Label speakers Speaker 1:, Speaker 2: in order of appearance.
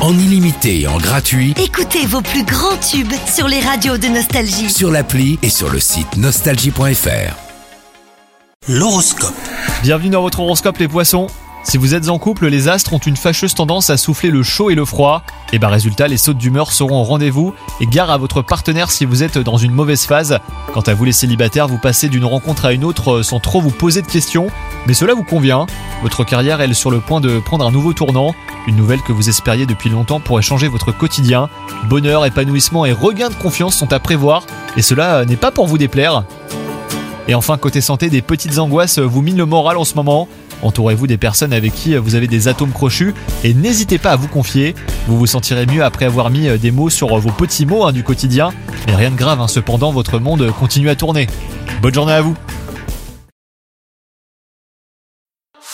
Speaker 1: en illimité et en gratuit
Speaker 2: Écoutez vos plus grands tubes sur les radios de Nostalgie.
Speaker 1: sur l'appli et sur le site nostalgie.fr. L'horoscope.
Speaker 3: Bienvenue dans votre horoscope les poissons. Si vous êtes en couple, les astres ont une fâcheuse tendance à souffler le chaud et le froid. Et bah résultat, les sautes d'humeur seront au rendez-vous. Et gare à votre partenaire si vous êtes dans une mauvaise phase. Quant à vous les célibataires, vous passez d'une rencontre à une autre euh, sans trop vous poser de questions. Mais cela vous convient. Votre carrière elle, est sur le point de prendre un nouveau tournant. Une nouvelle que vous espériez depuis longtemps pourrait changer votre quotidien. Bonheur, épanouissement et regain de confiance sont à prévoir. Et cela euh, n'est pas pour vous déplaire. Et enfin, côté santé, des petites angoisses vous minent le moral en ce moment. Entourez-vous des personnes avec qui vous avez des atomes crochus et n'hésitez pas à vous confier. Vous vous sentirez mieux après avoir mis euh, des mots sur vos petits mots hein, du quotidien. Mais rien de grave, hein, cependant, votre monde continue à tourner. Bonne journée à vous